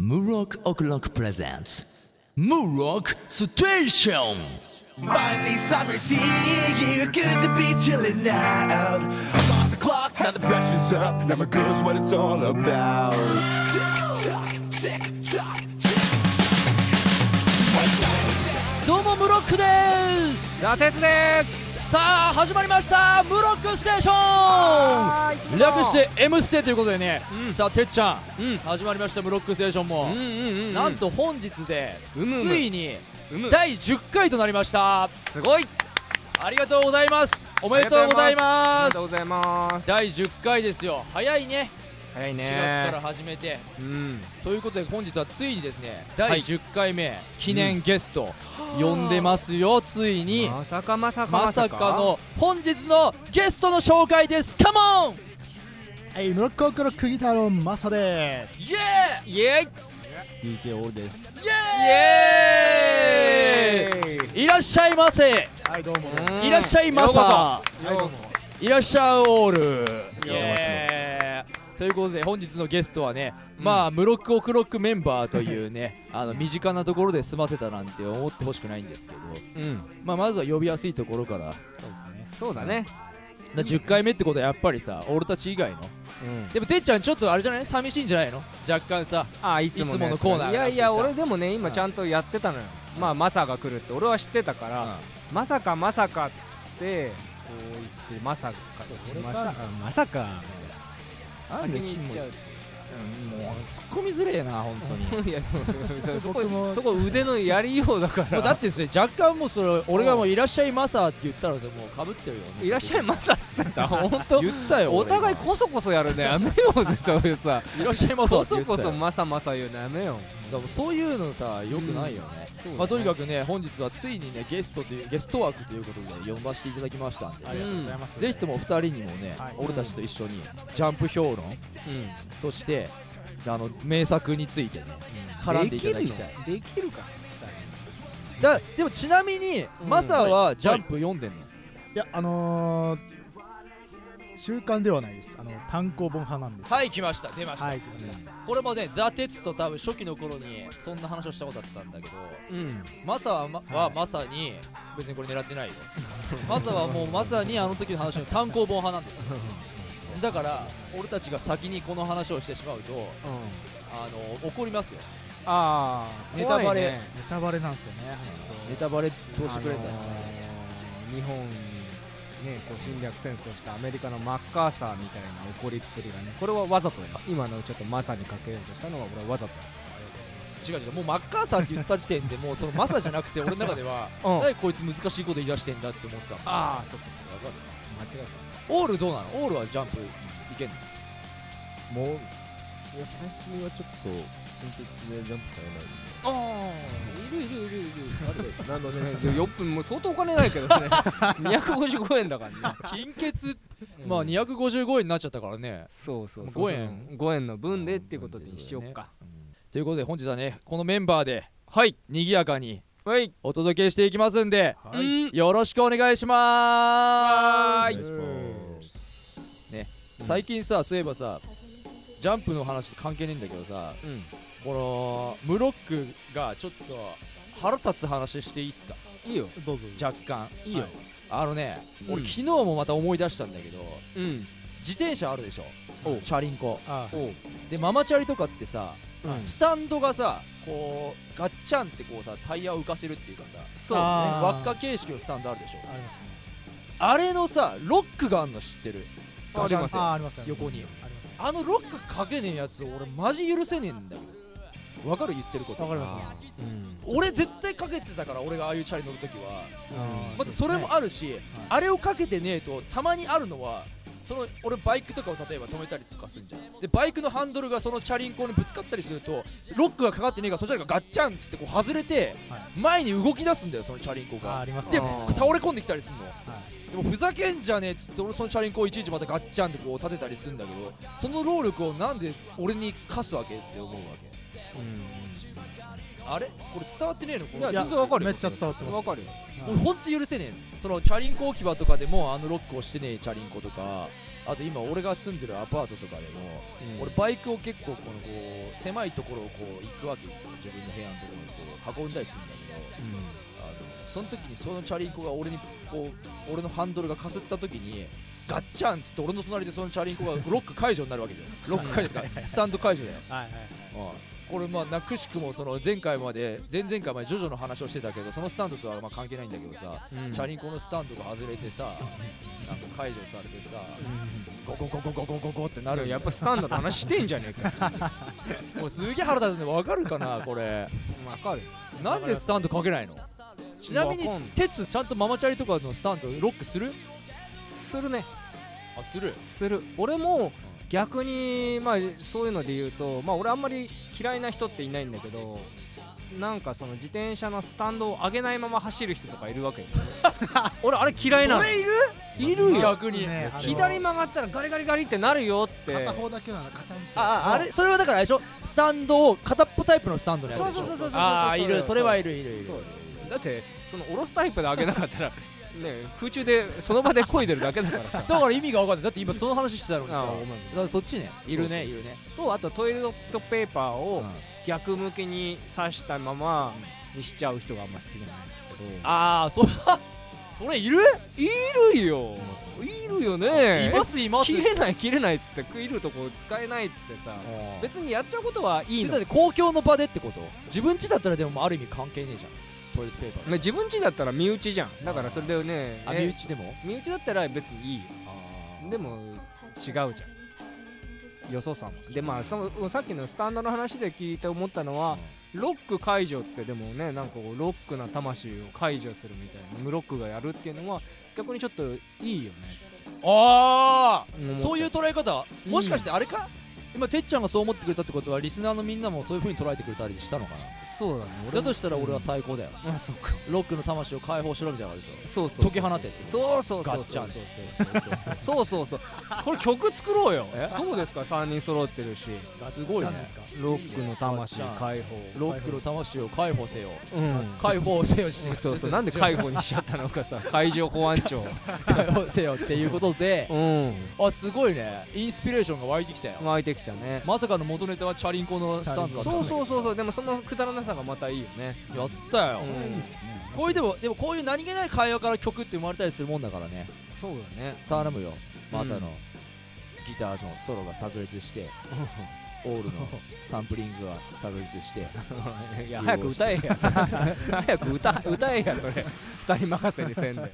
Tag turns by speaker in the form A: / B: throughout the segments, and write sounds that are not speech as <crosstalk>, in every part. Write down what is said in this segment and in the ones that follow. A: Murok O'Clock presents Murok Station!
B: Finally, summer's here. Yeah, good to be chilling out. I'm off the clock, now the pressure's up. Now my girl's what it's all about. Tick tock, tick tock, tick tock.
C: どうもムロックです
D: 座鉄です
C: さあ始まりましたムロックステーション略して M ステということでね、さあてっちゃん、
D: うん
C: 始まりましたムロックステーションも
D: う、んうんうん、うん、
C: なんと本日で、
D: うむうむ
C: ついに
D: うむ
C: 第10回となりました
D: すごい
C: ありがとうございますおめでとうござい
D: ありが
C: ます
D: とうございます
C: 第10回ですよ早いね
D: 早いね
C: 4月から始めて
D: うん
C: ということで本日はついにですね
D: は
C: 第
D: い
C: 10回目、記念ゲスト、呼んでますよついに
D: まさかまさか
C: まさかの本日のゲストの紹介ですカモン
E: はい、ムロッコクロックギターのマサです。
C: イエーイ
D: イエ
E: イ j オールです。
C: イ
D: エ
C: エ
D: ーイ
C: ーイいらっしゃいませ
E: はい、どうも。
C: いらっしゃいまさ
E: はい、どうも。
C: いらっしゃいオールイ
D: ようこそ
C: エーイということで本日のゲストはね、まあムロックオクロックメンバーというね <laughs> あの身近なところで済ませたなんて思ってほしくないんですけど、
D: うん
C: まあ、まずは呼びやすいところから
D: そうだね
C: まあ10回目ってことはやっぱりさ俺たち以外の
D: うん
C: でもてっちゃんちょっとあれじゃない寂しいんじゃないの若干さ
D: あいつも
C: いつものコーナー
D: いやいや
C: なんです
D: 俺でもね今ちゃんとやってたのよまあマサが来るって俺は知ってたから、まさかまさかっつってこう言ってまさかまさか
E: まさか。
D: あ
C: あ
D: 先に行っちゃう
C: もう突っ込みづれえな本当に
D: いやで <laughs> もそこ
E: 僕も
D: そこ腕のやりようだから
C: もうだってですね若干もうそれ俺がもう「いらっしゃいまさ」って言ったらもうかぶってるよ
D: いらっしゃいまさっつってた本当
C: 言ったよ
D: お互い
C: こ
D: こそこそやるのやめようぜそういうさ
C: いらっしゃいまさ
D: こ
C: って
D: そ
C: 言ったよ
D: こそまさまさ言うのやめよ
C: だからそういうのさよくないよね、
D: う
C: まあ、とにかくね本日はついにねゲストというゲスト枠ということで呼ばせていただきましたんで、
E: ありがとうございます。
C: ぜひともお二人にもね、
E: はい
C: 俺たちと一緒にジャンプ評論
D: う
C: そしてあの名作についてね絡んでいただきたい
D: んできるか
C: だでもちなみに、
D: うん
C: マサはジャンプ読んでんの、
E: いや、あのー。習慣ではないです。あの、単行本派なんです。
C: はい来ました出ました、
E: はい、来ました。
C: これもねザ・テツと多分初期の頃にそんな話をしたことあったんだけど
D: うん
C: マサはま,、
E: はい
C: まさに別にこれ狙ってないよマサはもうまさにあの時の話の単行本派なんですよだから俺たちが先にこの話をしてしまうとあの怒りますよ
D: ああ
C: ネタバレ
E: ネタバレなんですよね。
C: ネタバレどうしてくれた
D: あ
C: ら
D: のー日本にねこう侵略戦争したアメリカのマッカーサーみたいな怒りっぷりがねこれはわざとだよ今のちょっとまさにかけようとしたのは俺はわざと
C: 違う違うもうマッカーサーって言った時点でもうそのマサじゃなくて俺の中では
D: だよ
C: 何こいつ難しいこと言い出してんだって思ったの
D: ああそっか
C: わかる
D: 間違え
C: オールどうなのオールはジャンプいけんの
F: もう、いや、最近はちょっと、先決でジャンプさ
D: たああいるいるいるいる
F: れないんで。なので、
D: で4分もう相当お金ないけどね255円だからね、
C: 金欠まあ255円になっちゃったからね
D: そうそう
C: 5円
D: 5円の分でっていうことにしよっか
C: ということで本日はねこのメンバーで
D: はい
C: 賑やかに
D: はい
C: お届けしていきますんで
D: はいう
C: よろしくお願いしま
D: は
C: ー
D: ー
C: す
D: い
F: お願いし
C: 最近さそういえばさジャンプの話関係ねえんだけどさ
D: ん
C: このムロックがちょっと腹立つ話していいっすか
D: いいよ
E: どうぞ。ゃ、
C: 若干
D: いいよ
E: はい
C: あのね
D: う
C: 俺
D: ん
C: 昨日もまた思い出したんだけど
D: うん
C: 自転車あるでしょ
D: おう
C: チャリンコ
E: あ
D: おう
C: でママチャリとかってさ
D: うん
C: スタンドがさこうガッチャンってこうさタイヤを浮かせるっていうかさ
D: そう
E: あー
C: 輪っか形式のスタンドあるでしょ
E: ありますね。
C: あれのさロックがあんの知ってるガチャンって
E: あ、ありますよ。
C: 横に
E: ありますね。
C: あのロックかけねえやつ俺マジ許せねえんだよわかる言ってるこ
E: わか
C: と
E: りますね。
D: うん
C: 俺絶対かけてたから俺がああいうチャリ乗るときは
E: あー
C: まずそれもあるし、あれをかけてねえとたまにあるのはその俺バイクとかを例えば止めたりとかするんじゃんでバイクのハンドルがそのチャリンコにぶつかったりするとロックがかかってねえからそっちらがガッチャンっつってこう外れて
E: は
C: 前に動き出すんだよそのチャリンコ
E: あー、
C: が
E: あります
C: で
E: ね。
D: あー
C: 倒れ込んできたりするの、でもふざけんじゃねえっつって俺そのチャリンコをいちいちまたガッチャンってこう立てたりするんだけどその労力をなんで俺に課すわけって思うわけあれこれ伝わってねえのこの
D: い
E: い
D: や
E: や
D: 全然わかるよ
E: めっちゃ伝わってま
D: わ
E: す。
D: かるよ
C: 俺ほんと許せねえのそのチャリンコ置き場とかでもあのロックをしてねえチャリンコとかあと今俺が住んでるアパートとかでも、俺バイクを結構このこう狭いところをこう行くわけですよ自分の部屋のところにこう運んだりするんだけど、あのその時にそのチャリンコが俺にこう俺のハンドルがかすった時にガッチャンっつって俺の隣でそのチャリンコがロック解除になるわけだよロック解除とかスタンド解除だよ
E: はいはい
C: これまあなくしくもその前回まで前々回までジョジョの話をしてたけどそのスタンドとはまあ関係ないんだけどさ、チャリンコのスタンドが外れてさなんか解除されてさ、ゴゴゴゴゴゴゴゴってなるんだよ
D: やっぱスタンダードの話してんじゃねえかよ
C: もうすげえ腹立つんでわかるかなこれ
D: わかる
C: なんでスタンドかけないのちなみに
D: わかんない
C: 鉄ちゃんとママチャリとかのスタンドロックする
D: するね
C: あする
D: する俺も逆にまあそういうので言うとまあ俺あんまり嫌いな人っていないんだけどなんかその自転車のスタンドを上げないまま走る人とかいるわけよ俺あれ嫌いなの
C: それいる
D: いるよ
C: 逆に、
E: ねあの
D: 左曲がったらガリガリガリってなるよって
E: 片方だけならカチャンって
C: あああれそれはだからあれでしょスタンドを片っぽタイプのスタンドのやつでしょ
D: そうそうそうそうそう
C: ああいる
D: そう
C: それはいるいるいる
D: そうだってその下ろすタイプで上げなかったら <laughs> ね空中でその場で漕いでるだけだ
C: <laughs>
D: からさ
C: だから意味が分かんないだって今その話してたのにさ
D: あーごめんごめん
C: だからそっちねいるねいるね
D: とあとトイレットペーパーを
C: うん
D: 逆向きに刺したままにしちゃう人があんま好きじゃないんだ
C: ああそ <laughs> それいる
D: けどいるよいるよね
C: いますいます
D: 切れない切れないっつって食いるとこ使えないっつってさ
C: 別
D: 別にやっちゃうことはいい
C: にだ
D: の
C: って公共の場でってこと自分家だったらでもある意味関係ねえじゃんトイレットペーパー
D: まあ自分家だったら身内じゃんだからそれでね
C: あ身
D: え
C: 内でも
D: 身内だったら別にいいよでも違うじゃんよそさもでまあそのさっきのスタンドの話で聞いて思ったのは、ロック解除ってでもねなんかこうロックな魂を解除するみたいな無ロックがやるっていうのは逆にちょっといいよね
C: ああ
D: 思った
C: そういう捉え方
D: うん
C: もしかしてあれか、今てっちゃんがそう思ってくれたってことはリスナーのみんなもそういう風に捉えてくれたりしたのかな
D: そうだね
C: だとしたら俺は最高だよ、
D: あそうか
C: ロックの魂を解放しろみたいな感じでし
D: そうそう
C: ょ解き放てって
D: そうそうそう
C: ガッチャン
D: そうそうそうこれ曲作ろうよどうですか3人揃ってるし
C: すごいね
D: ロックの魂解放
C: ロックの魂を解放せよ
D: うん
C: 解放せよし
D: そう
C: <laughs>
D: そうなんで解放にしちゃったのか <laughs> さ海上保安庁
C: 解放せよっていうことで
D: うん
C: あすごいねインスピレーションが湧いてきたよ、
D: 湧いてきたね
C: まさかの元ネタはチャリンコのスタンドだったんだけ
D: そ
C: ど
D: うそうそうそうでもそのくだらなさがまたいいよね
C: やったよ、
D: うん
C: こういうでもでもこういう何気ない会話から曲って生まれたりするもんだからね
D: そうだね
C: 頼むよ
D: うん
C: マサの、ギターのソロが炸
D: <laughs>
C: 裂してオールのサンプリングが炸裂して
D: いや早く歌え <laughs> やそれ早く歌歌えやそれ二人任せにせんで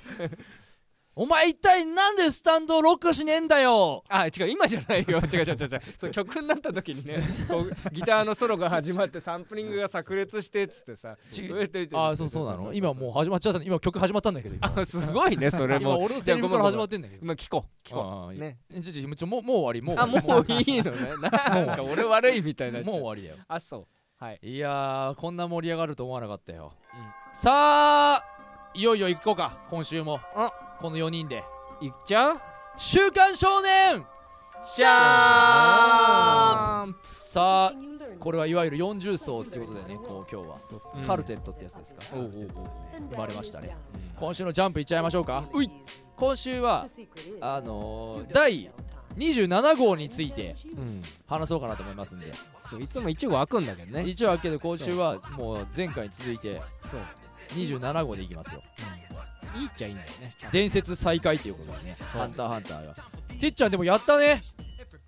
C: お前一体なんでスタンドをロックしねえんだよ
D: あ違う今じゃないよ違う違う違う違うそう曲になった時にねこうギターのソロが始まってサンプリングが炸裂してっつってさ
C: 違う
D: それで
C: あそうそうなの今もう始まっちゃった今曲始まったんだけど今
D: あすごいねそれ
C: 今
D: も
C: 俺のセリフから始まってんだけど
D: 今聞こう聞こ
C: ああ
D: う
C: いい
D: ね
C: えちょちょちょもうもう終わりもう
D: あ
C: 終わり
D: もういいのねなんか俺悪いみたいになっちゃ
C: もう
D: う
C: 終わりだよ
D: あそうはい
C: いやーこんな盛り上がると思わなかった
D: う
C: よ、さあいよいよ行こうか今週も
D: あ
C: この4人で
D: いっちゃう
C: 「週刊少年ジャーン!
D: ン」
C: さあこれはいわゆる40層っていうことでねこう今日は、
F: そうっす
D: うん
C: カルテットってやつですか
F: おうおうおう
C: 生まれましたね今週のジャンプいっちゃいましょうか今週はあのー、第27号について
D: うん
C: 話そうかなと思いますんで
D: そういつも一部開くんだけどね
C: 一応あるけど今週はもう前回に続いて
D: そう
C: 27号でいきますよ
D: いいっちゃいいんだよね
C: 伝説再開ということでね「ハンターハンター」がてっちゃんでもやったね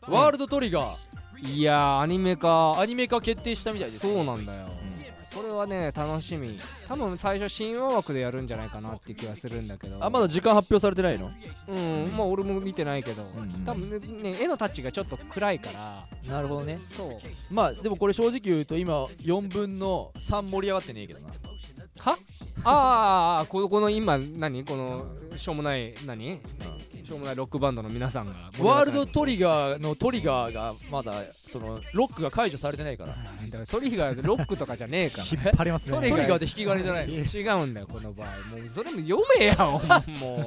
C: ワールドトリガー、
D: いやーアニメ化
C: アニメ化決定したみたいです、
D: そうなんだよ、これはね楽しみ多分最初新話枠でやるんじゃないかなって気がするんだけど
C: あまだ時間発表されてないの
D: うんまあ俺も見てないけど、
C: ん
D: 多分ね絵のタッチがちょっと暗いから
C: なるほどね
D: そう
C: まあでもこれ正直言うと今4分の3盛り上がってねえけどな
D: はあーあーあーこのこの今何このしょうもない何しょうもないロックバンドの皆さんが
C: ワールドトリガーのトリガーがまだそのロックが解除されてないから
D: だからソリヒがロックとかじゃねえか <laughs>
E: 引っ張ります
C: ト
D: そ
C: リ
D: れ
E: ね
D: が
C: ガーって引き金じゃないの
D: ら違うんだよこの場合もうそれも読めやお前 <laughs> も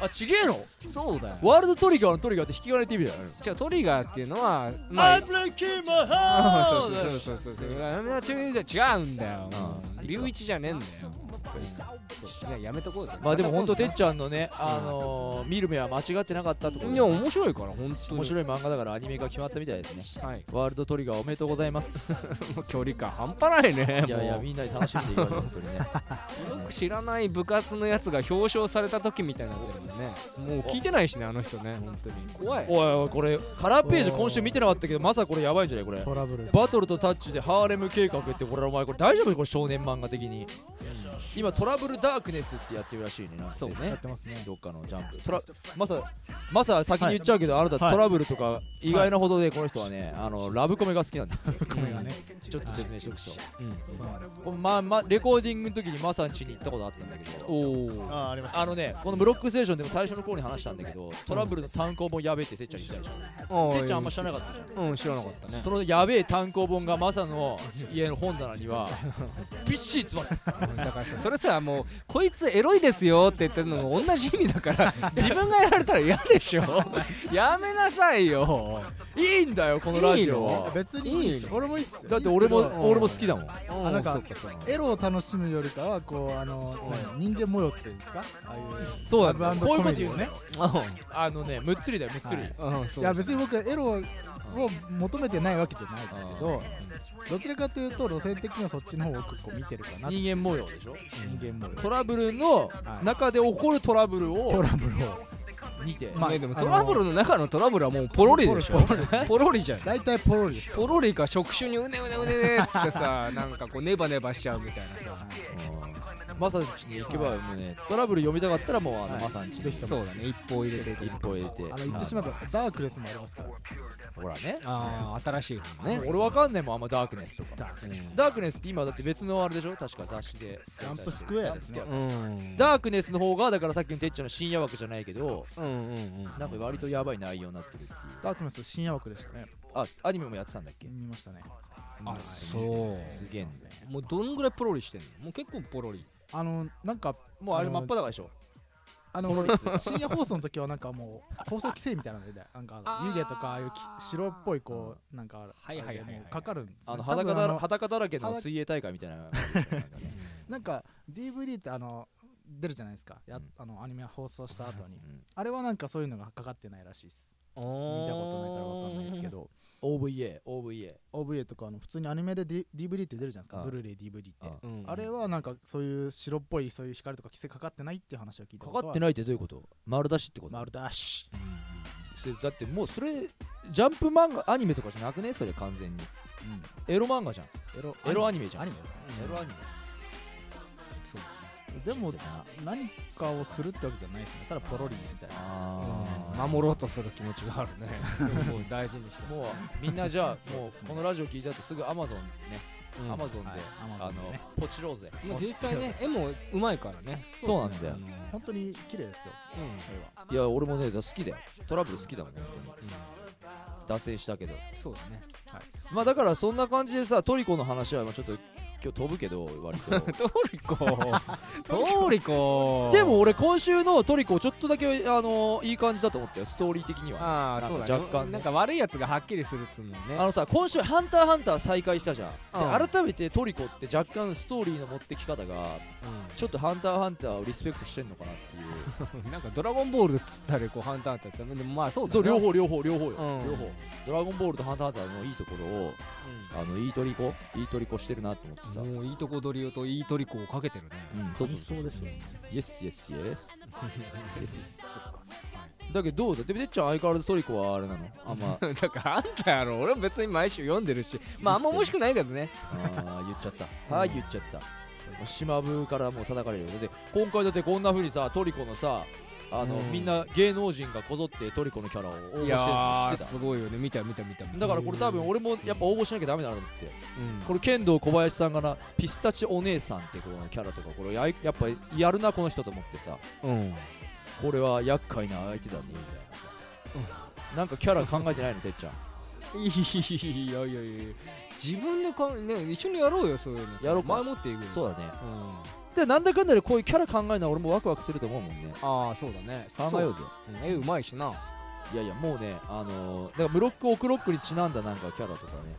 C: あちげえの
D: うそうだよ
C: ワールドトリガーのトリガーって引き金って意味じゃない
D: 違
C: の
D: うトリガーっていうのはまああそうそうそうそうそうそうそう違うんだよ
C: う
D: 龍一じゃねえんだよ
F: か言って
D: いややめとこうぜ
C: まあでも本当てっち
D: ゃ
C: ゃんのね、あのー見る目は間違ってなかったってこと
D: い
C: で
D: や面白いから本当に
C: 面白い漫画だからアニメが決まったみたいですね
D: はい
C: ワールドトリガーおめでとうございます
D: もう距離感半端ないね
C: いやいや
D: もう
C: みんなに楽しんでいただいて本当にね
D: よく知らない部活のやつが表彰された時みたいになってるもんねも
C: <laughs>
D: う聞いてないしねあの人ね本当に怖い
C: おいおいこれカラーページ今週見てなかったけどまさかこれやばいんじゃないこれ
E: トラブル
C: バトルとタッチでハーレム計画ってこれお前これ大丈夫これ少年漫画的に、今トラブルダークネスってやってるらしいねなんか
D: そう
E: や
D: ね
E: ってますね
C: どっかのジャンプトラまさまさ先に言っちゃうけど、あなた
E: はい
C: トラブルとか意外なほどでこの人はね、あのラブコメが好きなんですよ
E: これがね
C: ちょっと説明しておくと
D: うん
E: そうなんです
C: このままレコーディングの時にマサん家に行ったことあったんだけど
D: おお
E: ああありました
C: あのねこのブロックステーションでも最初の頃に話したんだけどトラブルの単行本やべえっててっちゃん言ったでしょてっちゃんあんま知らなかったじゃん
D: うん知らなかったね
C: そのやべえ単行本がマサの家の本棚に
E: <laughs>
C: はびっしり詰まってた
D: だからさそれさもうこいつエロいですよって言ってるのが同じ意味だから自分がやられたら嫌でしょやめなさいよ、
C: いいんだよこのラジオ
D: いい
C: は
D: の
E: 別にいいです
D: いい
E: 俺もいいっすよ
C: だって俺も
E: いいっすけど
C: 俺も好きだもん
D: うん
E: なんか
D: そっかそっか
E: エロを楽しむよりかはこうあの何人間模様っていうんですかああいう
C: そうなんだ
E: ラブ
C: こういうこ
E: コ
C: と
E: メデ
C: 言
E: ィ
C: う
E: を
C: ね
E: ね
C: あのねむっつりだよむっつり、
E: はい
D: うんうんそう
E: いや別に僕はエロを求めてないわけじゃないんですけどどちらかというと路線的にはそっちの方を僕こう見てるかなって
C: 人間模様でしょ
E: 人間模様
C: トラブルの中で起こるトラブル
E: ト
C: を
E: ラブルを
C: 見て、
E: まあ
D: ねでも
E: あの
D: トラブルの中のトラブルはもうポロリでしょ
E: ポロリ
D: ポロリじゃん
E: 大体ポロリです
D: ポロリか触手にうねうねうねうねっつってさなんかこうネバネバしちゃうみたいなさ
C: マサんちに行けばもうねトラブル読みたかったらもうあの、
E: はい
C: マサんちに
E: ぜひとも
D: そうだね一歩入れていく
C: 一歩入れて
E: あの言ってしまえばダークレスもありますから
C: ほらね
D: ああ新しいのね
C: 俺わかんないもんあんまダークネスとか
E: ダーク
D: うん
C: ダークネスって今だって別のあれでしょ確か雑誌で
E: ジャンプスクエアです
C: ジ
E: ね
C: ャンプスク
D: うん
C: エアダークネスの方がだからさっきのてっちゃんの深夜枠じゃないけど
D: うんうんうん
C: なんか割とやばい内容になってるっていう
E: ダークレス深夜枠でしたね
C: あアニメもやってたんだっけ
E: 見ましたね
D: あそう
C: すげえんだよ
D: もうどんぐらいポロリしてんのもう結構ポロリ
E: あのなんか
C: もうあれ真っ裸でしょ
E: あの深夜放送の時はなんかもう放送規制みたいなのでなんか
D: あー
E: 湯気とかああいうき白っぽいこうなんかあれ
D: はいはいはいはい
E: もうかかるんですね
C: あの
E: 多分
C: 裸だ
E: あ
C: ら
E: の
C: 裸だらけの水泳大会みたいな
E: なんか DVD ってあの出るじゃないですかやあのアニメ放送した後にあれはなんかそういうのがかかってないらしいです
D: 見た
E: 見たことないからわかんないですけど
C: OVAOVA、OVA
E: OVA とかあの普通にアニメで、D、DVD って出るじゃないですか
C: ああ
E: ブルーレイ DVD って
C: あ
D: うん
E: あれはなんかそういう白っぽいそういう光とか規制かかってないっていう話を聞いた
C: か
E: こ
C: か
E: とは
C: って
E: ない
C: ないってどういうこと丸出しってこと
E: 丸ダッシ
C: それだってもうそれジャンプ漫画アニメとかじゃなくねそれ完全に
E: ュ
C: エロ漫画じゃん
E: エロ
C: エロアニメじゃん
E: アニメですね
C: エロアニメ
E: でも何かをするってわけじゃないですねただポロリみたいな
C: あー
D: 守ろうとする気持ちがあるねすごい大事にして
C: もうみんなじゃあもうこのラジオ聞いた後すぐアマゾンね
D: うん
C: アマゾンで
E: はい
C: あ
E: Amazon
C: の
E: でね
C: ポチろうぜ
D: まあ実際ね絵もうまいからね
C: そうなんだ
D: あ
C: よ
D: のうん
E: 本当に綺麗ですよ絵はい
C: や俺もね好きだよトラブル好きだもん本当に脱線したけど
D: そうだね
C: まあだからそんな感じでさトリコの話はまあちょっと今日飛ぶけど割と <laughs>
D: トリ <laughs> コトリコ
C: でも俺今週のトリコちょっとだけあのいい感じだと思ったよストーリー的には
D: ああそうだね
C: なんか若干ね
D: なんか悪いやつがはっきりするっつうの
C: あ
D: ね
C: のさ今週「ハンターハンター」再開したじゃん
D: う
C: で改めてトリコって若干ストーリーの持ってき方がちょっと「ハンターハンター」をリスペクトしてんのかなっていう <laughs>
D: うんなんかドラゴンボールっつったりこうハンターハンターっつったりでもまあそうだね
C: そう両方両方両方よ、
D: うん
C: 両方ドラゴンボールとハンターハンターのいいところをあのいいトリコいいトリコしてるなと思ってさ、
D: う
C: うん
D: んもういいとこ取りよといいトリコをかけてるね
C: そうそう
E: そうですよね
C: イエスイエ
D: <laughs>
C: スイエス
D: そっか
C: だけどどうだでもてっちゃん相変わらずトリコはあれなのあんま
D: <laughs> だからあんたやろ俺も別に毎週読んでるしまああんま面白くないけどね
C: あー言っちゃったはい言っちゃった島部からもう叩かれるよねで今回だってこんなふうにさトリコのさあの、
D: うん
C: みんな芸能人がこぞってトリコのキャラを応募してるの
D: いやー
C: 知って
D: すごいよね見た見た見た見
C: た
D: た
C: だからこれ多分俺もやっぱ応募しなきゃダメだなと思って
D: うん
C: これ剣道小林さんがなピスタチお姉さんってこのキャラとかこれややっぱやるなこの人と思ってさ
D: うん
C: これは厄介な相手だねみたいなさ、なんかキャラ考えてないのてっちゃん
D: いやいやいや自分でかね一緒にやろうよそういうのさ
C: やろうか
D: 前もっていくよ
C: そうだね
D: うん
C: でなんだかんだでこういうキャラ考えるのは俺もワクワクすると思うもんね
D: ああそうだね
C: 考えようぜ
D: そううん絵うまいしない
C: やいやもうねあのー、だからブロックオクロックにちなんだなんかキャラとかね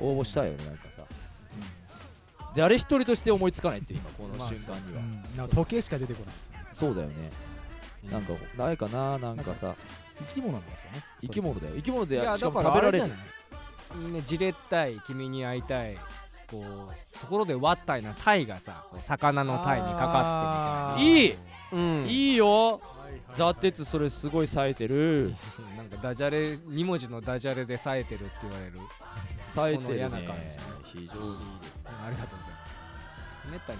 C: 応募したいよねなんかさ、誰一人として思いつかないっていう今このの瞬間には、
E: うんなんか時計しか出てこないですね
G: そうだよねなんかないかななんかさ
E: 生き物なんですよね
G: 生き物だよ生き物で
D: いや
G: しか
D: だ
G: も
D: か
G: 食
D: ら
G: べら
D: あれ
G: れ
D: じゃ
G: る
D: ないねじれったい君に会いたいこうところで割ったいなタイがさこう魚のタイにかかってみ
C: いい、
D: たいなうん
C: いいよザ・テツそれすごい冴えてる
D: なんかダジャレ2文字のダジャレで冴えてるって言われる
G: 冴えてるね
D: この嫌な感
G: 非常にいいですね
D: ありがとうございますめったに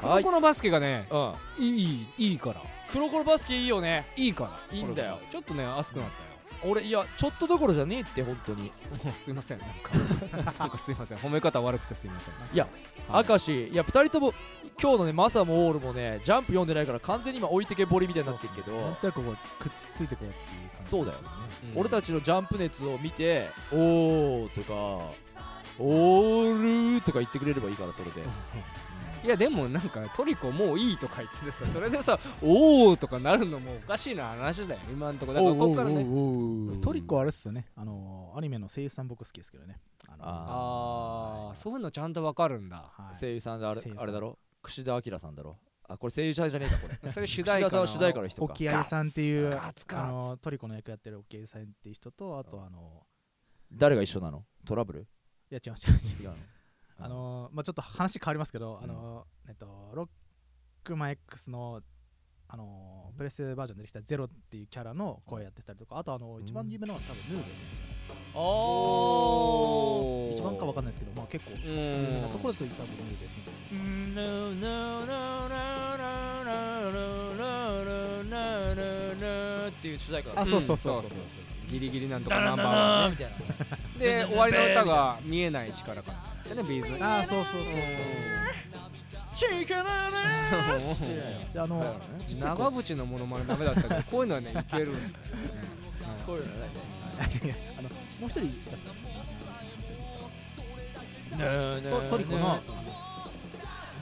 G: はい
D: このバスケがね
C: うん
D: いいいいから
C: 黒子のバスケいいよね
D: いいから
C: いいんだよ
D: ちょっとね熱くなったよ
C: 俺いやちょっとどころじゃねえって本当に
D: <laughs> すいませんなんかなんかすいません褒め方悪くてすいません
C: いや
D: はい
C: 明石いや2人とも今日のねマサもオールもねジャンプ読んでないから完全に今置いてけぼりみたいになってるけど
E: なんとなくこうくっついてこうっていう感じ
C: そうだよ
E: です
C: 俺たちのジャンプ熱を見て「おー」とか「オール」とか言ってくれればいいからそれで
D: いやでもなんかトリコもういいとか言っててさそれでさおおとかなるのもおかしいな話だよ今んとこだからこっからね
E: ねトリコあれっすよねあのーアニメの声優さん僕好きですけどねあのー
G: あ
D: ああそういうのちゃんとわかるんだ
E: はい
C: 声優さんであれ
E: 声優さん
C: あれだろ櫛田明さんだろあこれ声優さんじゃねえなこれ
D: それ主
C: 櫛
D: 題歌な
C: 田さんは主題歌の人か
E: 沖合さんってい
D: ガ
E: う
D: ツ
E: あ
D: ガツ
E: のートリコの役やってる沖合さんっていう人とあとあの
G: 誰が一緒なのトラブル
E: ーいや違う違う違
G: 違
E: う
G: うの
E: あのーまあちょっと話変わりますけど、あのーえっとロックマン X のあのープレスバージョンでできたゼロっていうキャラの声やってたりとかあとあのー一番有名なのは多分ヌーベースですよね、
C: お
E: 一番かわかんないですけどまあ結構
D: う
E: 有名なと
D: ー
E: ころ
D: ん
E: といったら僕ヌーベースみたいな
C: っていう主題歌だ
E: あ
C: った
E: そうそうそうそ
D: うん
E: う
D: そう
E: そうそう
D: ギリギリなんとか
C: ダ
D: ナ
C: ラ
D: ン
C: ダ
D: バーワ
C: ラ
D: ン
C: ーみたいな
D: ねで終わりの歌が見えない力かなんだよねビーズ
E: あーそうそうそうそう
D: <laughs>
E: であのーちっちゃい子
D: 長渕のモノマネダメだったけ <laughs> どこういうのはねいけるんだよね
C: こういうのないね
E: いやいやあのもう一人いたっすよ
C: と
E: トトリコの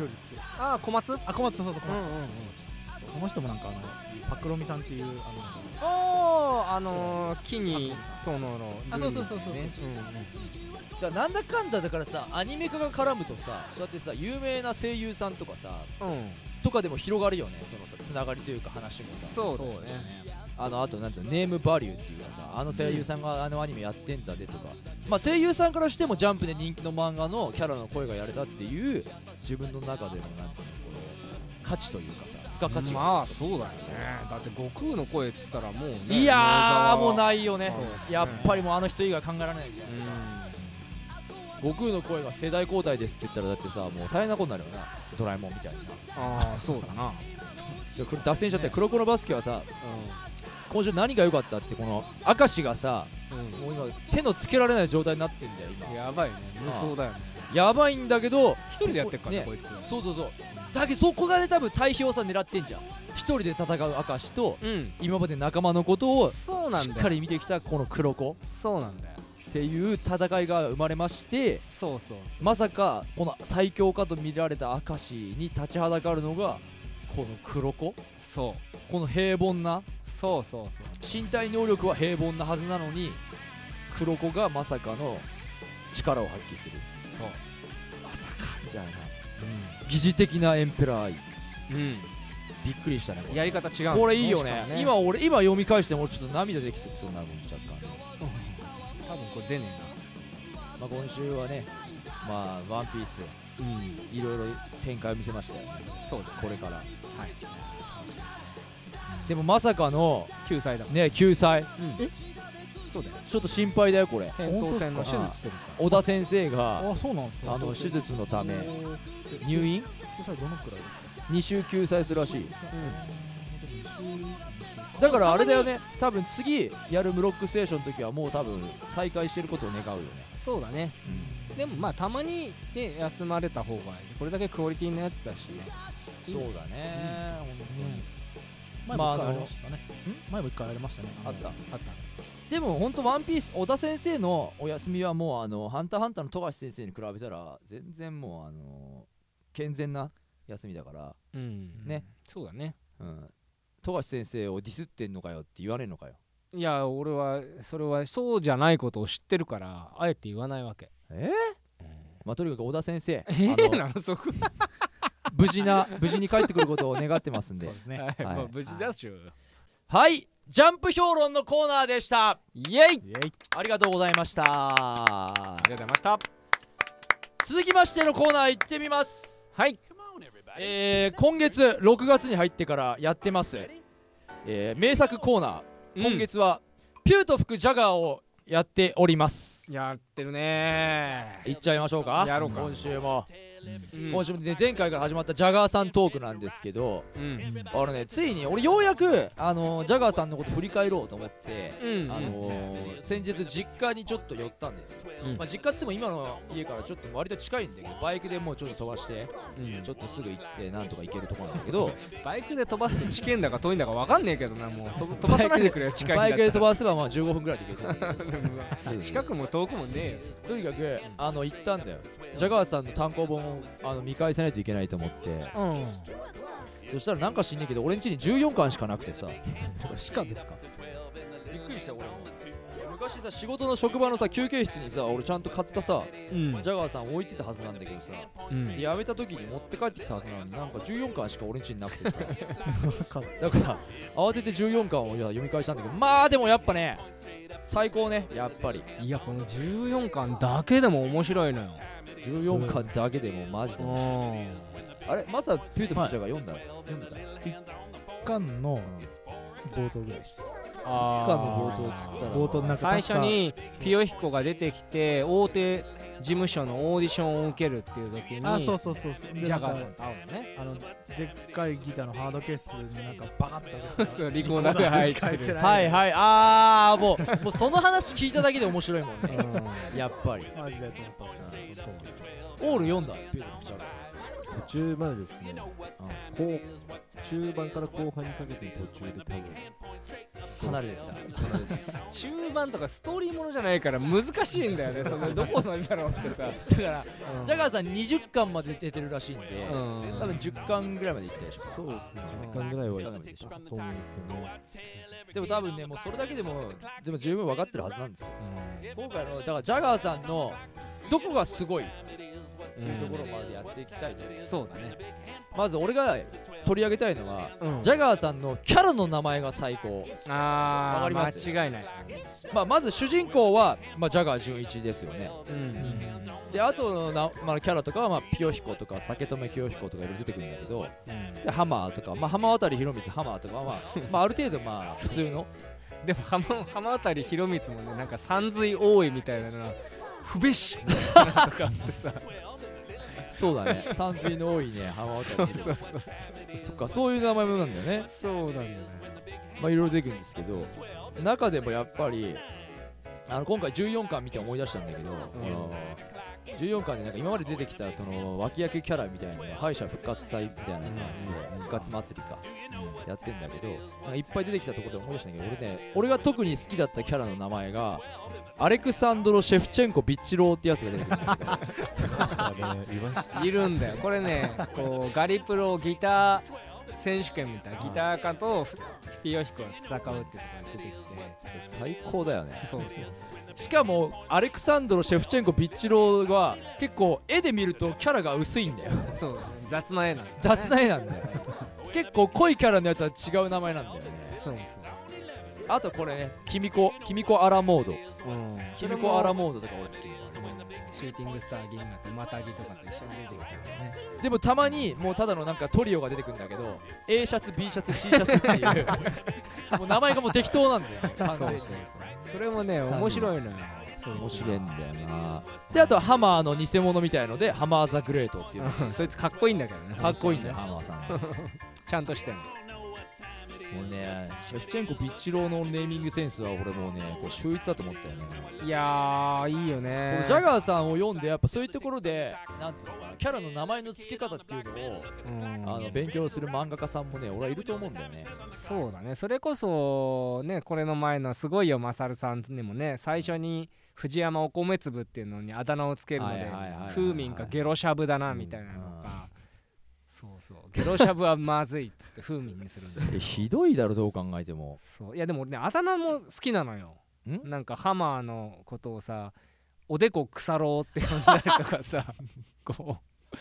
E: 料理作る
D: ああ小松
E: あ小松そうそうそう小
D: うんうん
E: 松、
D: うん
E: この人もなんかあのパクロミさんっていうあの
D: おーあのー、木に炎の
E: あそうそうそうそうそう
D: ね
C: だからなんだかんだだからさアニメ化が絡むとさそうやってさ有名な声優さんとかさ
D: うん、うん
C: とかでも広がるよねそのさつながりというか話もさ
D: そうだよね
C: あのあとなんつうのネームバリューっていうかさあの声優さんがあのアニメやってんだぜとか、まあ、声優さんからしてもジャンプで人気の漫画のキャラの声がやれたっていう自分の中でのなんていうのこの価値というかさ付加価値が
D: まあそうだよねだって悟空の声っつったらもう、ね、
C: いやーもう
D: い、
C: ないよね
D: そうですね
C: やっぱりもうあの人以外考えられないみたいな
D: う、
C: 悟空の声が世代交代ですって言ったらだってさもう大変なことになるよなドラえもんみたいなん
D: ああそうだな、
C: じゃあこれ脱線しちゃったよ黒子のバスケはさ今週何が良かったってこの明石がさ
D: う
C: もう今手のつけられない状態になってんだよ
D: ん、
C: 今
D: やばいね無双だよね
C: やばいんだけど
D: 一人でやってっからね
C: ね
D: こいつ
C: そうそうそうだけどそこがね多分対比をさ狙ってんじゃん一人で戦う明石と
D: うん
C: 今まで仲間のことをし
D: そうなん
C: っ
D: だ
C: か
D: よ
C: り見てきたこの黒子
D: そうなんだよ
C: っていう戦いが生まれまして
D: そうそう
C: まさかこの最強かと見られた明石に立ちはだかるのがこの黒子
D: そう
C: この平凡な
D: そうそうそう
C: 身体能力は平凡なはずなのに黒子がまさかの力を発揮する
D: そう
C: まさかみたいな、疑似的なエンペラー愛
D: うん
C: びっくりしたねこれ
D: やり方違うんだよね
C: これいいよね
D: しかも
C: 今俺今読み返しても俺ちょっと涙出てきそうになるもん若干、
D: 多分これ出ね
C: まあ、今週はねまあ「ワンピース
D: えなうん
C: いろいろ展開を見せましたよ
D: そうだ
C: これから、でもまさかの
D: 救済だもん
C: ね救済
D: そうだよ
C: ちょっと心配だよこれ
D: 扁桃腺の手術してるから
C: 小田先生が
E: あそうなんですか
C: あの手術のため
E: えー
C: 入院
E: 小さいどのくらいですか
C: 2週救済するらしいだからあれだよね多分次やる「ブロックステーション」の時はもう多分再開してることを願うよね
D: そうだね、でもまあたまにね休まれた方がいいこれだけクオリティのやつだしね
C: そうだね
E: 前
C: まあ
E: も
C: あ
E: 一
C: の
E: 回ありましたね、ん前も一回ありましたね
C: あった
D: あった
C: でも本当ワンピース小田先生のお休みはもうあのハンターハンターの富樫先生に比べたら全然もうあの健全な休みだから、
D: うん
C: ね
D: そうだね
C: うん、富樫先生をディスってんのかよって言われんのかよ
D: いや俺はそれはそうじゃないことを知ってるからあえて言わないわけ
E: <laughs>
C: えまあとにかく小田先生
D: ええ
C: あの
D: なのそこ
C: 無事な無事に帰ってくることを願ってますんで
E: そうですね。
D: はいまあ無事だっしょ
C: はいジャンプ評論のコーナーでした
D: イエイあり
E: イェイ
C: ありがとうございました
D: がとうございました
C: 続きましてのコーナー行ってみます
D: はい
C: えー、今月6月に入ってからやってます、えー、名作コーナー今月は、ピューと吹くジャガーをやっております
D: やってるね
C: いっちゃいましょうか
D: やろうか
C: 今週も、
D: ー
C: 今週も、ね、前回から始まったジャガーさんトークなんですけど
D: うん
C: あのねついに俺ようやく、あのージャガーさんのこと振り返ろうと思って、
D: うん
C: あのー先日実家にちょっと寄ったんですよ、
D: うん
C: まあ、実家っつっても今の家からちょっと割と近いんだけどバイクでもうちょっと飛ばして
D: うん
C: ちょっとすぐ行ってなんとか行けるとこなんだけど
D: バイクで飛ばすと地形だか遠いんだか分かんねえけどなもう飛飛ばさないでくれよ近いんだ
C: <laughs> バイクで飛
D: ば
C: ばせばまあ15分ぐらいで行けるんだけど
D: 近くも遠くもねえよ
C: とにかくあの行ったんだよジャガーさんの単行本をあの見返さないといけないと思って
E: う
C: そしたらなんか知んねえけど俺ん家に14巻しかなくてさ
E: ん。ちょっと歯科ですか。
C: びっくりした俺も昔さ仕事の職場のさ休憩室にさ俺ちゃんと買ったさ
D: うん
C: ジャガーさん置いてたはずなんだけどさでやめた時に持って帰ってきたはずなのになんか14巻しか俺んちになくて <laughs> さだから慌てて14巻をいや読み返したんだけどまあでもやっぱね最高ねやっぱり
D: いやこの14巻だけでも面白いのよ
C: 14巻だけでもマジであれまさピュートピッチャーが読んだ、読んでた
E: 間の冒頭ぐらいです。
C: 一巻の冒頭をつったら
E: 冒頭の中
D: 最初
E: 確か
D: にピヨヒコが出てきて大手事務所のオーディションを受けるっていう時に
E: あ、そうそうそうそう。で
D: ジャガ
E: な
D: ー
E: んか
D: さんと会うのね
E: あのでっかいギターのハードケースになんかバカッと
D: そうそうリコーダーが入
E: <laughs>
D: ってる
E: リコーダーしか入ってない
C: はいはいああもうもうその話聞いただけで面白いもんね
E: う
C: やっぱり
E: んマジでと思ったんですけどそうなんですよ
C: オール読んだピュートピッチャーが
B: 途中までですねこう中盤から後半にかけての途中で多分
C: 離れてた
D: 中盤とかストーリーものじゃないから難しいんだよねそのどこなんだろうってさ
C: だから、ジャガーさん20巻まで出てるらしいんで、多分10巻ぐらいまでいったでしょ
B: そうですね10巻ぐらいは行ったと思うんですけど
C: でも多分ねもうそれだけでもでも十分分かってるはずなんですよ、今回のだからジャガーさんのどこがすごいっていうところまでやっていきたいです、
D: そうだね
C: まず俺が取り上げたいのは、
D: うん
C: ジャガーさんのキャラの名前が最高、わ
D: あ
C: かりま
D: ー
C: す
D: 間違いない
C: まあ、まず主人公は、まあ、ジャガー純一ですよね
D: うん
C: であとのな、まあ、キャラとかは、まあ、ピヨヒコとか酒留清彦とかいろいろ出てくるんだけど、でハマーとか、まあ、浜渡弘光ハマーとかは、まあ
D: <laughs>
C: まあ、ある程度まあ普通の
D: でも浜浜渡り広光もねなんか三髄多いみたいなのは不べしとかあってさ
C: そうだ <laughs> ね山水の多いね浜
D: そ
C: 渡
D: う
C: り
D: そうそう
C: そっかそういう名前もなんだよね
D: そうなんだよね
C: まあいろいろ出てくるんですけど中でもやっぱりあの今回14巻見て思い出したんだけど、あの14巻でなんか今まで出てきたその脇役キャラみたいなのが敗者復活祭みたいなのがあって復活祭りか、やってんだけどなんかいっぱい出てきたところで思い出したんだけど俺ね俺が特に好きだったキャラの名前がアレクサンドロ・シェフチェンコ・ビッチローってやつが出てくるんだけど
D: いるんだよこれねこうガリプロギター選手権みたいなギター家とフィヨヒコが戦うっていうのが出てきて
C: 最高だよね
D: そうそうそう
C: しかもアレクサンドロ・シェフチェンコ・ビッチローは結構絵で見るとキャラが薄いんだよ
D: そうだね雑な絵なんだよね
C: 雑な絵なんだよ結構濃いキャラのやつは違う名前なんだよね
D: そうそう
C: あとこれねキミコキミコ・アラモード
D: そううん
C: キミコ・アラモードとか俺好き
D: シューティングスター銀河とマタギとかと一緒に出てきたからね
C: でもたまにもうただのなんかトリオが出てくるんだけど A シャツ B シャツ C シャツっていう <laughs> もう名前がもう適当なんだよね完全に
D: それもね面白いのよそう
C: 面白いんだよなであとはハマーの偽物みたいのでハマー・ザ・グレートっていうの
D: <laughs> うんそいつかっこいいんだけどね
C: かっこいいんだよハマーさん <laughs>
D: ちゃんとしてんの
C: もうね、シェフチェンコ、ビッチローのネーミングセンスは俺もうね、こう秀逸だと思ったよね。
D: いやーいいよ
C: こ
D: ね
C: のジャガーさんを読んで、やっぱそういうところで、なんつうのかな、キャラの名前の付け方っていうのを、
D: うん
C: あの勉強する漫画家さんもね、俺はいると思うんだよね。
D: そうだねそれこそねこれの前の「すごいよマサルさん」にもね最初に藤山お米粒っていうのにあだ名をつけるの
C: はい
D: で
C: はいはいはいはい
D: 風民かゲロしゃぶだなみたいなのかそうそうゲロしゃぶはまずいっつって風民にするんだよ
C: <laughs> ひどいだろ、どう考えても。
D: そういやでも俺ねあだ名も好きなのよ
C: ん
D: なんかハマーの
C: <laughs>
D: ことをさおでこ腐ろうって呼んだりとかさこう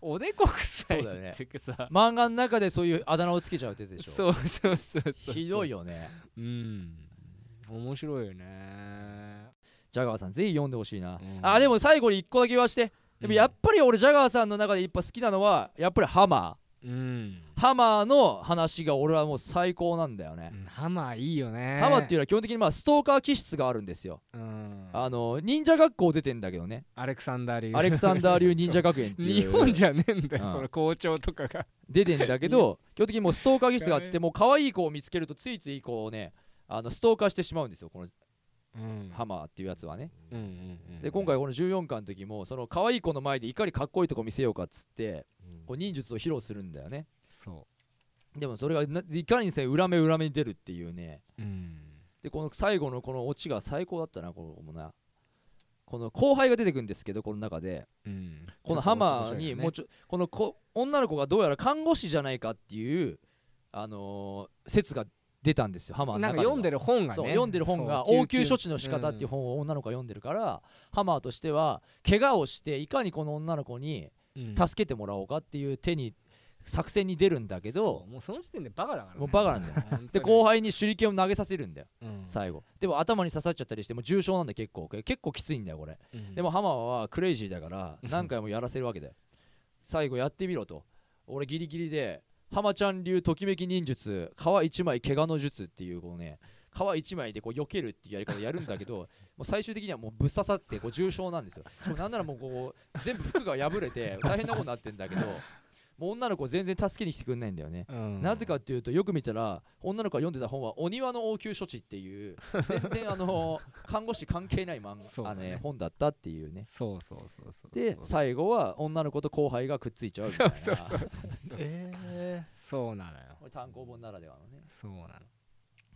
D: おでこ臭い
C: そうだよね
D: っていうかさ
C: 漫画の中でそういうあだ名をつけちゃうってやつでしょ
D: そうそうそうそう
C: ひどいよね
D: うん面白いよね
C: ジャガーさんぜひ読んでほしいな、
D: うん
C: あでも最後に一個だけ言わしてでもやっぱり俺ジャガーさんの中でやっぱ好きなのはやっぱりハマ
D: うん
C: ーハマーの話が俺はもう最高なんだよね、
D: ハマーいいよね
C: ハマーって
D: う
C: いうのは基本的にまあストーカー気質があるんですよ
D: ん
C: あの忍者学校出てんだけどね
D: アレクサンダー流
C: アレクサンダー流忍者学園っていう
D: 日本じゃねえんだよ、
C: うん
D: その校長とかが
C: 出てんだけど基本的にもうストーカー気質があってもう可愛い子を見つけるとついついこうねあのストーカーしてしまうんですよこの
D: うん
C: ハマーっていうやつはね
D: うんうんうん
C: で今回この14巻の時もその可愛い子の前でいかにかっこいいとこ見せようかっつってこう忍術を披露するんだよね
D: そ
C: でもそれがないかにですね裏目裏目に出るっていうね
D: ううん
C: でこの最後のこのオチが最高だったなこのなこの後輩が出てくるんですけどこの中で
D: うん
C: このハマーにもうちょこの子女の子がどうやら看護師じゃないかっていうあのー説が出たんですよハマーの
D: なん
C: 中
D: か読んで
C: る
D: る本がね
C: そう読んでる本が
D: そう
C: 応急処置の仕方っていう本を女の子が読んでるから、ハマーとしては怪我をしていかにこの女の子に
D: うん
C: 助けてもらおうかっていう手に作戦に出るんだけ
D: そ
C: ど
D: うもうその時点でバカだから、ね、
C: もうバカなんだよ
D: よ
C: で後輩に手裏剣を投げさせるんだよ
D: 輩、うん
C: 最後でも頭に刺さっちゃったりしてもう重傷なんで結構結構きついんだよこれ
D: うん
C: でもハマーはクレイジーだから何回もやらせるわけだよ最後やってみろと俺ギリギリでハマちゃん流ときめき忍術皮一枚怪我の術っていうこのね皮一枚でこう避けるっていうやり方やるん
D: <laughs>
C: だけどもう最終的にはもうぶっ刺さってこう重傷なんですよしかもなんならもうこう全部服が破れて大変なことになってんだけどもう女の子全然助けに来てくんないんだよね
D: うん
C: なぜかっていうとよく見たら女の子が読んでた本は「お庭の応急処置」っ
D: <laughs>
C: ていう全然あの看護師関係ない漫
D: そうだ
C: 画、あの
D: ね
C: ね、本だったっていうね
D: そうそうそうそう
C: で
D: そう
C: 最後は女の子と後輩がくっついちゃうみたいな
D: そうそうそう
E: え
D: そうなのよ
C: これ <laughs> 単行本ならではのね
D: そうなの
C: っ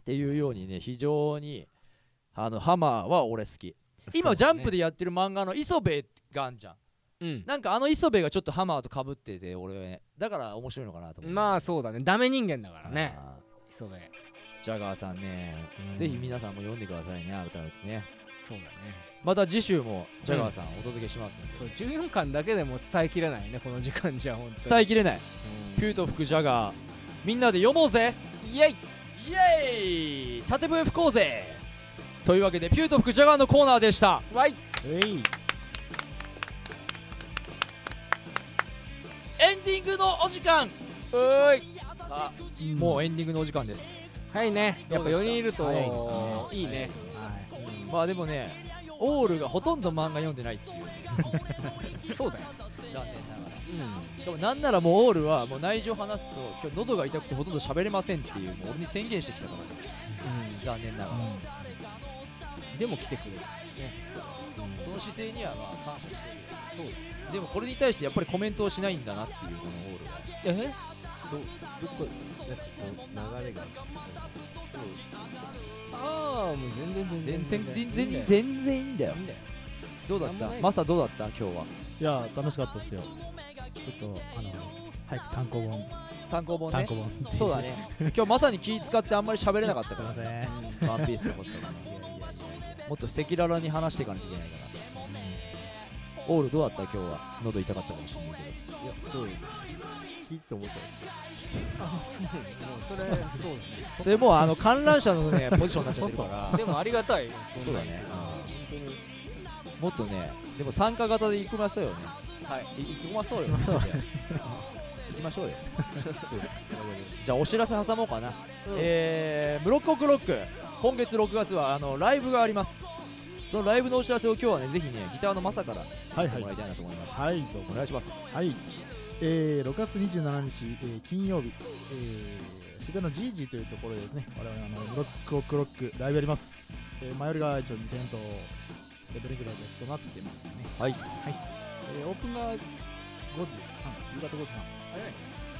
C: ていうようにね非常にあのハマーは俺好き
D: そ
C: 今
D: う
C: ジャンプ
D: ね
C: でやってる漫画の磯部があんじゃん
D: うん
C: なんかあの磯部がちょっとハマーとかぶってて俺はねだから面白いのかなと思う
D: まあそうだねダメ人間だからね
C: あー
D: 磯部
C: ジャガーさんね、
D: うん
C: ぜひ皆さんも読んでくださいね改めてね
D: そうだね
C: また次週もジャガーさんお届けしますんで、
D: そう14巻だけでも伝えきれないねこの時間じゃ本当
C: 伝え
D: に
C: きれないピュート吹くジャガーみんなで読もうぜ
D: うんイエイ
C: イエーイ縦笛吹こうぜというわけでピュート吹くジャガーのコーナーでした
D: ワイ
H: えい
C: エンディングのお時間
D: おーい
C: さあもうエンディングのお時間です
D: はいねやっぱ4人いる
C: どうでした
D: といいね
C: まあでもねオールがほとんど漫画読んでないっていう
D: そうだよ
C: 残念ながらしかもなんならもうオールはもう内情話すと今日喉が痛くてほとんど喋れませんっていうもう俺に宣言してきたから、残念ながら、
D: でも来てくれる
C: その姿勢にはまあ感謝してるよそうでもこれに対してやっぱりコメントをしないんだなっていうこのオールは
D: え
H: どどこなんかこう流れが
D: ああもう全然全
C: 全
D: 然
C: 然全然全然いいんだよどうだ
D: な
C: っ
D: んも
C: た
D: ない
C: マサどうだった今日はい
H: や楽しかったですよ
E: ちょっとあの早く単行本
C: 単行本
E: 単
C: ね
E: 行本ってい
C: そうだね今日まさに気使ってあんまり喋れなかった
E: すい
C: か
E: ません
C: らワンピースのこととかねもっと赤裸々に話していかなきゃいけないからオールどうだった今日は喉痛かったかもしれないけ
H: いやそういいと思った
D: あそうもうそれそうだ
C: どそれもうあの観覧車のねポジションになっちゃってるから
D: ね <laughs> でもありがたい
C: そうだね、うんもっとねでも参加型で行きましょうよねはい行きましょうよ行きましょうよ <laughs> じゃあお知らせ挟もうかな、えーブロックオクロック今月6月はあのライブがありますそのライブのお知らせを今日はねぜひねギターのマサから
E: は
C: や
E: い
C: ってもらいたいなと思います、
E: はいどう
C: お願いします
E: はい、えー、6月27日、えー金曜日、えー渋谷のジージーというところでですね我々あのブロックオクロックライブやります、えー前よりが一応2000円とレドリンクライブとなってますね
C: はい
E: えーオープンが5時半夕方5時半早い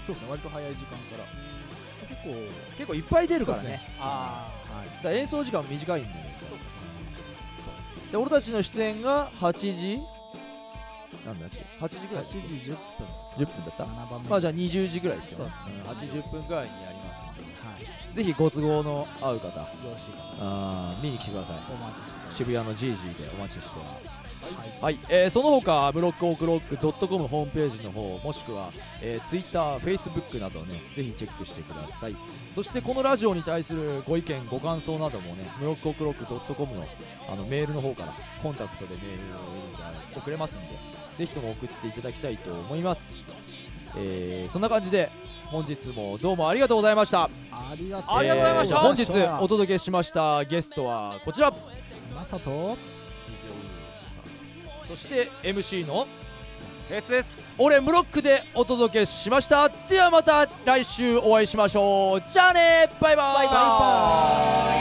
E: そうですね割と早い時間から結構
C: 結構いっぱい出るからね
E: そうです
C: あ
E: はい
C: だから演奏時間短いんでね
E: そうですね
C: で俺たちの出演が8時なんだっけ8時ぐらい
E: 8時10分
C: 10分だった
E: 7番目
C: まあじゃあ20時ぐらいですよ
E: そう
C: ね
E: ですね
C: 80分ぐらいにやります
E: はいよ
C: ぜひご都合の合う方
E: ろしいか
C: あー見に来てください
E: お待ちしております
C: 渋谷のジージーでお待ちしてますはいえーその他ブロックオークロックドットコムホームページの方もしくは、えー、Twitter、Facebook などねぜひチェックしてくださいそしてこのラジオに対するご意見ご感想などもねブロックオークロックドットコムのあのメールの方からコンタクトでメールを送れますんでぜひとも送っていただきたいと思います、えーそんな感じで本日もどうもありがとうございました
E: ありがとう
D: ありがとうございました
C: えー本日お届けしましたゲストはこちら
E: まさと
C: そして MC の
D: ケツです
C: 俺ムロックでお届けしましたではまた来週お会いしましょうじゃあねバイバイ
D: バイバイ